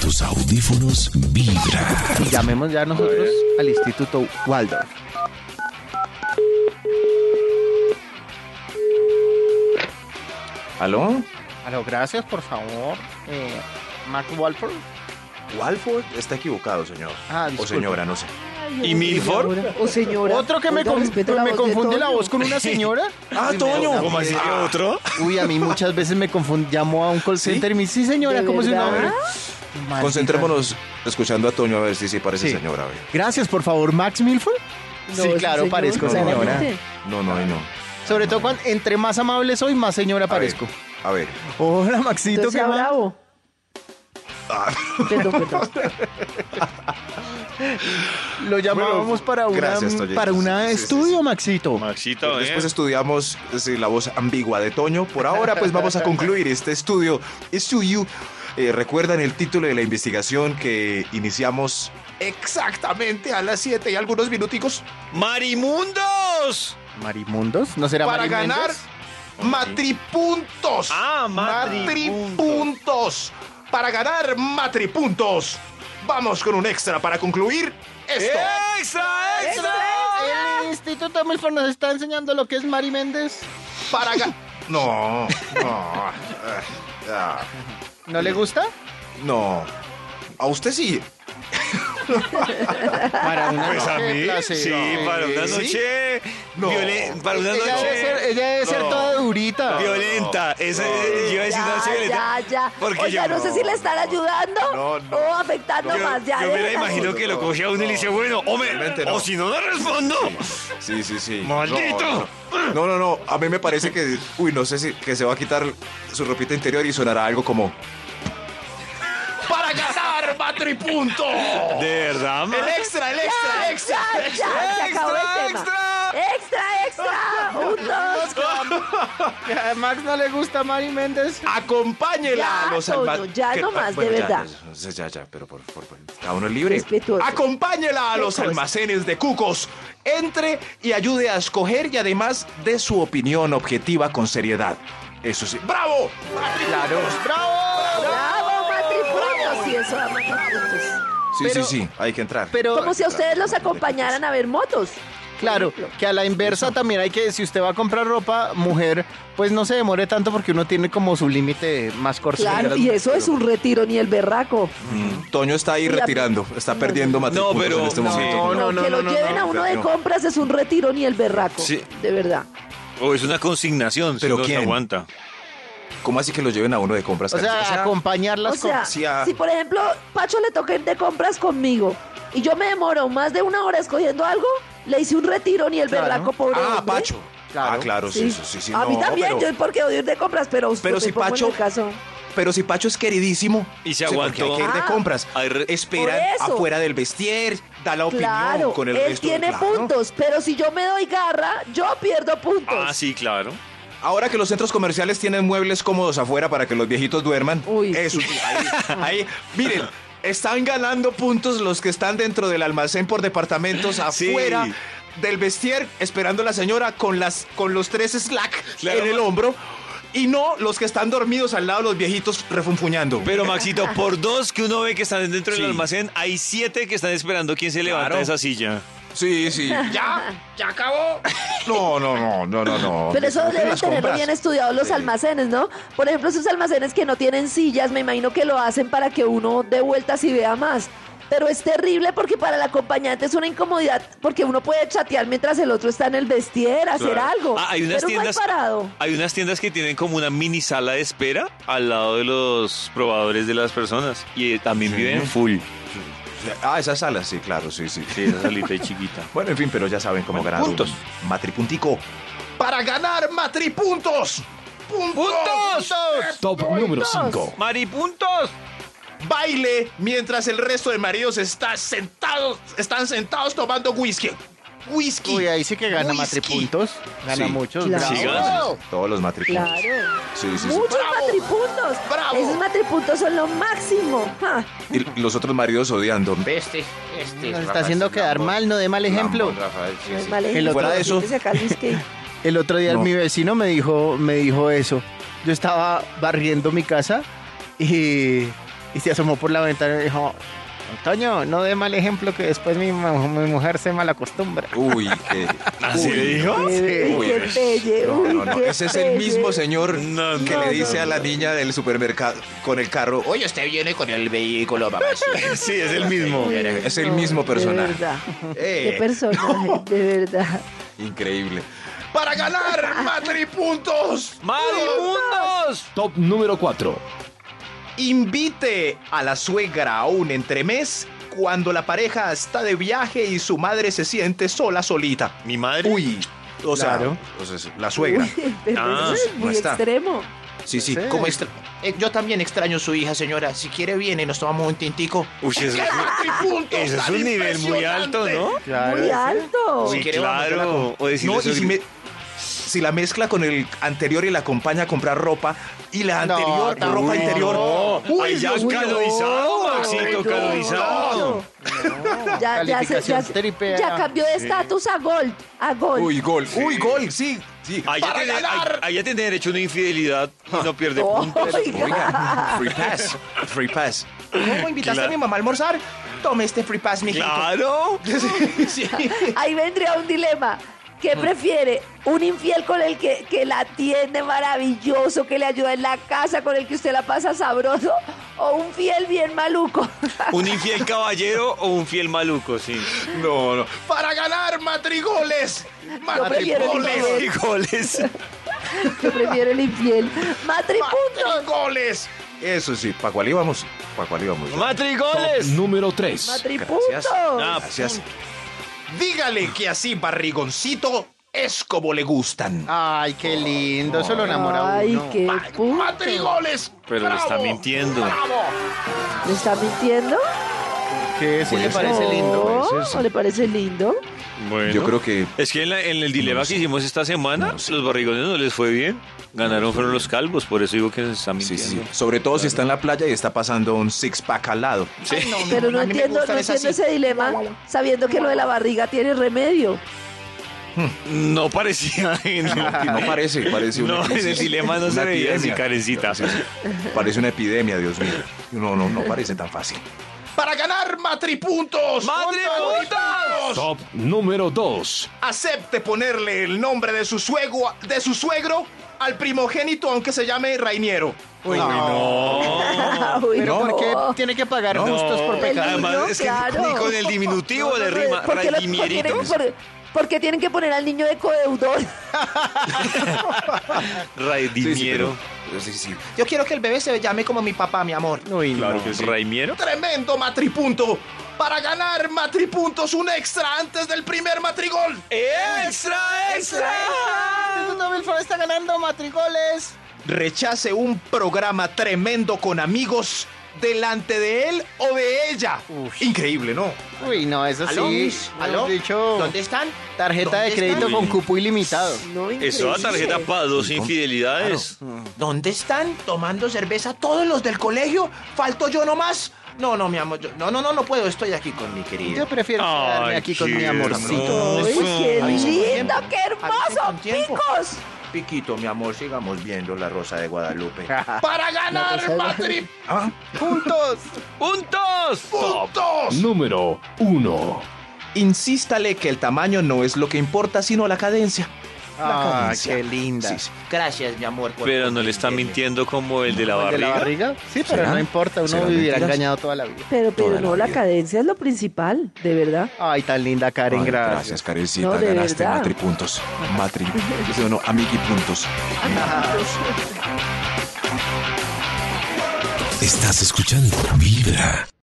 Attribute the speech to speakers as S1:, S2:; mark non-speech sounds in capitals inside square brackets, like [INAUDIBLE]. S1: tus audífonos vibra.
S2: Llamemos ya nosotros al Instituto Waldorf.
S3: ¿Aló?
S2: Aló, gracias, por favor. Eh, Mark Walford.
S3: Walford está equivocado, señor.
S2: Ah,
S3: o
S2: disculpe.
S3: señora, no sé.
S4: ¿Y Milford?
S5: O Oh, señora.
S2: Otro que me,
S5: Oiga,
S2: con-
S5: respete la
S2: me
S5: voz de
S2: confunde
S5: Toño.
S2: la voz con una señora.
S3: ¡Ah, Toño!
S4: ¿Cómo así que
S3: Ah,
S4: otro?
S2: [LAUGHS] Uy, a mí muchas veces me confundo. Llamo a un call center y me dice, sí, señora,
S5: ¿De
S2: ¿cómo se
S5: verdad?
S2: llama?
S3: Concentrémonos escuchando a Toño a ver si se parece
S2: Sí.
S3: señora. a ver.
S2: Gracias, por favor, Max Milford.
S5: No,
S2: sí,
S5: es un
S2: claro,
S5: señor,
S2: parezco
S5: claramente.
S2: señora.
S3: No, no, ahí no.
S2: Sobre todo cuando entre más amable soy, más señora
S3: A ver,
S2: parezco.
S3: A ver.
S2: Hola, Maxito,
S5: Entonces,
S2: ¿qué más?
S5: bravo. Perdón, perdón.
S2: Lo llamábamos para una,
S3: gracias, Toñito.
S2: para una
S3: Sí, sí, sí,
S2: estudio,
S3: sí.
S2: Maxito.
S4: Maxito, ¿eh? ven.
S3: Después estudiamos sí, la voz ambigua de Toño. Por ahora, pues vamos a concluir este estudio. Estudio. Eh, ¿Recuerdan el título de la investigación que iniciamos exactamente a las 7 y algunos minuticos?
S4: ¡Marimundos!
S2: ¿Marimundos? ¿No será
S3: para
S2: Marimundos?
S3: ganar Pues matripuntos.
S4: Ah, matripuntos.
S3: matripuntos. Para ganar matripuntos. Vamos con un extra para concluir esto.
S4: ¡Extra, extra!
S2: El Instituto Milford nos está enseñando lo que es Mari Méndez.
S3: Para ganar. No, no. eh, [LAUGHS] ah,
S2: ¿No le gusta?
S3: No. A usted sí.
S2: Para una
S4: Pues a
S2: noche de
S4: mí,
S2: placer.
S4: sí, para una
S3: ¿Sí?
S4: noche.
S3: No.
S4: violen- para una
S2: Ella debe ser,
S4: noche
S2: ella debe ser
S4: No.
S2: toda durita.
S4: violenta. Esa, yo iba a decir una noche
S5: Ya,
S4: violenta.
S5: ya, ya.
S4: Porque
S5: Oiga,
S4: yo
S5: no, sé si le están ayudando
S3: No, no.
S5: o afectando más. Ya, eh.
S4: Yo, yo me la
S5: déjela.
S4: imagino que lo cogía uno y le dice, bueno, hombre,
S3: Realmente no.
S4: o si no, no respondo.
S3: Sí, sí, sí.
S4: ¡Maldito!
S3: No, no, no, no, A mí me parece que. Uy, no sé si que se va a quitar su ropita interior y sonará algo como. ¡Para ganar matripunto!
S4: De verdad, man.
S3: ¡El extra, el extra, el extra!
S5: Ya, ya, se acabó
S4: ¡Extra,
S5: el tema.
S4: extra!
S5: Extra, extra. Un, dos.
S2: Que A Max no le gusta Mari Méndez.
S3: Acompáñela
S5: Ya,
S3: a los alma-
S5: Toño, ya
S3: que-
S5: no más,
S3: bueno,
S5: de
S3: ya,
S5: verdad.
S3: Ya, ya, ya, pero por favor, cada uno es libre.
S5: Respetuoso.
S3: Acompáñela a los
S5: Respetuoso.
S3: almacenes de cucos. Entre y ayude a escoger y además de su opinión objetiva con seriedad. Eso sí. ¡Bravo!
S2: Claro. ¡Bravo!
S5: Bravo, matripuntos. Sí, eso da matripuntos.
S3: Sí,
S2: Pero-
S3: sí, sí, hay que entrar.
S2: Pero,
S5: Como si a ustedes los acompañaran a ver motos.
S2: claro,
S5: ejemplo.
S2: que a la inversa también hay que, si usted va a comprar ropa, mujer, pues no se demore tanto porque uno tiene como su límite más corto.
S5: Claro, y eso es un retiro, ni el berraco.
S3: Mm, Toño está ahí retirando, está perdiendo matrimonio
S4: No, pero-
S3: en este
S4: no,
S3: momento.
S2: no, no.
S5: que lo
S2: no,
S5: lleven
S2: no,
S5: a uno de
S3: no.
S5: compras es un retiro, ni el berraco.
S4: Sí.
S5: De verdad.
S4: O Oh, es una consignación,
S3: ¿Pero
S4: pero no se
S3: quién?
S4: aguanta.
S3: ¿Cómo así que lo lleven a uno de compras?
S2: O sea,
S3: Carlos?
S2: acompañar las
S5: O sea,
S2: compras.
S3: sí, ah.
S5: si por ejemplo Pacho le toca ir de compras conmigo y yo me demoro más de una hora escogiendo algo, le hice un retiro ni el
S2: Claro.
S5: berraco pobre.
S3: ah,
S5: hombre.
S3: Pacho.
S2: Claro.
S3: Ah, claro, sí, sí, sí. sí,
S5: a mí
S3: no,
S5: también,
S3: pero-
S5: yo porque odio ir de compras, pero,
S3: Pero
S5: me
S3: si
S5: pongo en
S3: Pacho-
S5: el caso.
S3: Pero si Pacho es queridísimo
S4: Y se
S3: sí, porque
S4: aguantó.
S3: Hay que ir de
S5: Ah,
S3: compras.
S4: hay re-
S3: Esperan
S5: por eso.
S3: afuera del vestier, da la opinión
S5: Claro,
S3: con el
S5: él
S3: resto.
S5: tiene
S3: claro.
S5: puntos, pero si yo me doy garra, yo pierdo puntos.
S4: Ah, sí, claro.
S3: Ahora que los centros comerciales tienen muebles cómodos afuera para que los viejitos duerman.
S5: Uy,
S3: eso,
S5: sí.
S3: ahí, ahí, miren. Están ganando puntos los que están dentro del almacén por departamentos afuera del vestier, esperando a la señora con, las, con los tres slack
S4: Claro.
S3: en el hombro, y no los que están dormidos al lado de los viejitos refunfuñando.
S4: Pero Maxito, por dos que uno ve que están dentro
S3: Sí.
S4: del almacén, hay siete que están esperando quién se levanta
S3: Claro.
S4: de esa silla.
S3: Sí, sí. ¿Ya? ¿Ya acabó? No, no, no, no, no, no.
S5: Pero eso
S3: Las
S5: deben tenerlo
S3: compras.
S5: bien estudiado los
S3: Sí.
S5: almacenes, ¿no? Por ejemplo, esos almacenes que no tienen sillas, me imagino que lo hacen para que uno dé vueltas y vea más. Pero es terrible porque para el acompañante es una incomodidad, porque uno puede chatear mientras el otro está en el vestier, hacer algo.
S4: Ah, hay unas
S5: pero uno ahí
S4: tiendas.
S5: parado.
S4: Hay unas tiendas que tienen como una mini sala de espera al lado de los probadores de las personas. Y eh, también
S3: Sí.
S4: viven full.
S3: Ah, esas salas, sí, claro, sí, sí.
S4: Sí, esa salita es chiquita.
S3: Bueno, en fin, pero ya saben cómo
S4: Bueno,
S3: ganar.
S4: puntos.
S3: un Matripuntico. Para ganar matripuntos.
S4: ¡Puntos!
S1: Top número 5.
S4: ¡Maripuntos!
S3: Baile mientras el resto de maridos está sentados, están sentados tomando whisky. Whisky.
S2: Uy, ahí sí que gana
S3: Whisky.
S2: matripuntos. Gana
S3: Sí.
S2: muchos.
S5: Claro.
S2: bravo.
S4: Sí, gana.
S3: Todos los matripuntos.
S5: Claro.
S3: Sí, sí, sí.
S5: Muchos
S3: Bravo.
S5: matripuntos.
S3: Bravo.
S5: Esos matripuntos son lo máximo. Ja.
S3: Y los otros maridos odiando.
S6: Este, este.
S2: Nos está
S6: Rafael
S2: haciendo quedar
S6: Lambón.
S2: mal, no de mal ejemplo.
S6: Lambón, Rafael, sí,
S5: No es
S6: sí.
S5: mal
S2: El
S5: ejemplo,
S3: otro-
S5: así que sacar
S3: [LAUGHS]
S5: el whisky.
S2: El otro día
S3: No.
S2: mi vecino me dijo, me dijo eso. Yo estaba barriendo mi casa y, y se asomó por la ventana y dijo, Antonio, no dé mal ejemplo que después mi, ma- mi mujer se malacostumbra.
S3: Uy, qué.
S4: ¿Así
S3: uy,
S4: Ah, le dijo?
S5: Uy, qué pelle,
S3: no,
S5: uy,
S3: no, no.
S5: qué
S3: Ese es el
S5: pelle.
S3: mismo señor
S4: No,
S3: que
S5: no,
S3: le dice
S5: no,
S3: a la niña del supermercado con el carro, oye, usted viene con el vehículo, mamá.
S4: Sí, es el mismo.
S5: Uy,
S3: Es el
S5: no,
S3: mismo personaje.
S5: De verdad.
S3: Eh,
S5: Qué personaje, de verdad.
S3: Increíble. Para ganar matripuntos,
S4: ¡Marimundos!
S1: Top número 4.
S3: invite a la suegra a un entremés cuando la pareja está de viaje y su madre se siente sola solita.
S4: Mi madre.
S3: Uy, o sea,
S2: Claro.
S3: o sea, la suegra.
S5: Uy, pero
S4: Ah,
S5: eso es
S3: no
S5: muy
S3: está.
S5: extremo.
S3: Sí, sí.
S2: Sí.
S3: ¿Cómo extra- Eh, yo también extraño su hija, señora. Si quiere viene, nos tomamos un tintico.
S4: Uy, eso, es- eso es un nivel muy alto, ¿no?
S5: muy
S2: ¿eh?
S5: alto.
S4: Sí,
S3: quiere, vamos, yo la
S4: claro. O decirle
S3: No, y
S4: eso-
S3: si, me- si la mezcla con el anterior y la acompaña a comprar ropa y la
S2: No,
S3: anterior,
S2: no,
S3: ropa
S4: Uy,
S3: interior.
S4: no. Ay, ya
S3: Dios mío. Oh,
S4: canonizado,
S5: Uy,
S4: Maxito,
S5: no,
S4: canonizado.
S5: no. Ya, ya, se- ya,
S2: Calificación triple A.
S5: ya cambió de estatus a Gold. A Gold.
S3: Uy, gol. Uy, gol, sí. sí.
S4: Allá
S3: Para
S4: tiene,
S3: ganar.
S4: ay- allá tiene derecho a una infidelidad y [LAUGHS] no pierde punto.
S5: Oh, Oiga.
S3: Oiga, free pass, free pass. ¿Cómo invitaste
S4: Claro.
S3: a mi mamá a almorzar? Tome este free pass, mijito.
S4: Claro.
S3: Sí.
S5: [LAUGHS] Ahí vendría un dilema. ¿Qué prefiere? ¿Un infiel con el que, que la atiende maravilloso, que le ayuda en la casa, con el que usted la pasa sabroso? ¿O un fiel bien maluco? [LAUGHS]
S4: Un infiel caballero o un fiel maluco, sí.
S3: No, no. Para ganar matrigoles.
S5: prefiero el
S3: Matrigoles.
S5: infiel.
S4: Goles y goles.
S5: Yo prefiero el infiel. ¡Matripuntos!
S3: Matrigoles. Eso sí, ¿para cuál íbamos? ¿Para cuál íbamos?
S1: Top
S4: ¡Matrigoles!
S1: número 3.
S5: ¡Matripuntos!
S4: Ah,
S3: Gracias. Dígale que así, barrigoncito, es como le gustan.
S2: Ay, qué lindo, eso lo enamora a
S5: Ay,
S2: uno.
S5: qué
S3: Ma-
S5: punto.
S3: ¡Matrigoles!
S4: Pero le está
S3: ¡Bravo!
S4: mintiendo.
S3: ¡Bravo!
S5: ¿Me está mintiendo?
S2: ¿Qué? ¿Sí le
S3: Pues,
S2: parece
S5: No,
S2: lindo?
S5: ¿No le parece lindo?
S4: Bueno.
S3: Yo creo que
S4: Es que en, la- en el dilema que hicimos esta semana, los barrigones no les fue bien. Ganaron fueron los calvos, por eso digo que se están
S3: Sí,
S4: mintiendo.
S3: sí. Sobre todo si está en la playa y está pasando un six pack al lado.
S2: Ay, mi
S5: Pero no
S2: mamá, a mí me
S5: entiendo,
S2: gustan
S5: no
S2: es
S5: entiendo
S2: así.
S5: ese dilema, sabiendo que lo de la barriga tiene remedio.
S4: No parecía [LAUGHS] en el,
S3: No parece, parece una
S4: no, en el
S3: crisis,
S4: dilema no
S3: una
S4: se veía así,
S3: epidemia.
S4: carencita.
S3: Parece una epidemia, Dios mío. No, no, no parece tan fácil. Para ganar matripuntos.
S4: ¡Matripuntos!
S1: Top número 2.
S3: Acepte ponerle el nombre de su suegro, de su suegro al primogénito, aunque se llame Rainiero.
S2: Uy, no.
S5: [LAUGHS] Uy,
S2: Pero
S5: no.
S2: ¿por qué tiene que pagar justos por
S5: El
S2: pecado?
S5: niño,
S4: Además, es que
S5: claro.
S4: ni con el diminutivo
S5: No, no,
S4: de
S5: no, ¿por qué
S4: rima.
S5: lo- por qué
S4: Raimieritos.
S5: tienen- por- ¿Por qué tienen que poner al niño de codeudor?
S4: Raidimiero.
S3: Sí, sí. Yo quiero que el bebé se llame como mi papá, mi amor.
S2: Uy, no.
S4: ¿Raimiero?
S3: Tremendo matripunto. Para ganar matripuntos, un extra antes del primer matrigol. Eh,
S4: ¡Extra, extra!
S2: Jesús Nobel Flores está ganando matrigoles.
S3: rechace un programa tremendo con amigos delante de él o de ella.
S2: Uf.
S3: Increíble, ¿no?
S2: Uy, no, eso
S3: ¿Aló?
S2: sí.
S3: ¿Aló?
S2: hemos dicho,
S3: ¿Dónde están?
S2: tarjeta de
S3: ¿Dónde
S2: crédito
S3: están?
S2: con cupo ilimitado.
S5: [LAUGHS] No,
S4: Eso da
S5: increíble.
S4: tarjeta para dos infidelidades.
S2: Mm.
S3: ¿Dónde están tomando cerveza todos los del colegio? ¿Falto yo nomás? No, no, mi amor. yo- no, no, no, no puedo. Estoy aquí con mi querido.
S2: Yo prefiero quedarme
S4: Ay,
S2: aquí con mi
S4: qué
S2: amorcito.
S4: hermoso.
S5: Uy, qué
S3: Avisen con tiempo.
S5: lindo, qué
S3: Avisen
S5: hermoso,
S3: con tiempo.
S5: picos.
S3: Piquito, mi amor, sigamos viendo la Rosa de Guadalupe. ¡Para ganar matrimonio!
S2: Juntos.
S4: ¡Puntos!
S1: Número 1.
S3: Insístale que el tamaño no es lo que importa, sino la cadencia. La
S2: Ah,
S3: cadencia.
S2: qué linda.
S3: Sí, sí. Gracias, mi amor. por
S4: Pero no le está
S3: comprenderme.
S4: mintiendo como el de la
S2: ¿De la
S4: barriga.
S2: barriga? Sí, pero
S3: ¿Será?
S2: no importa, uno
S3: ¿Será
S2: vivirá
S3: mentiras?
S2: engañado toda la vida.
S5: Pero, pero
S3: Toda la
S5: no, la
S3: vida.
S5: cadencia es lo principal, de verdad.
S2: Ay, tan linda Karen,
S3: Ay,
S2: gracias.
S3: Karencita.
S5: No, de
S3: Ganaste
S5: verdad.
S3: Matri puntos. Matri. Dice uno, amigui puntos.
S1: Estás escuchando Vibra.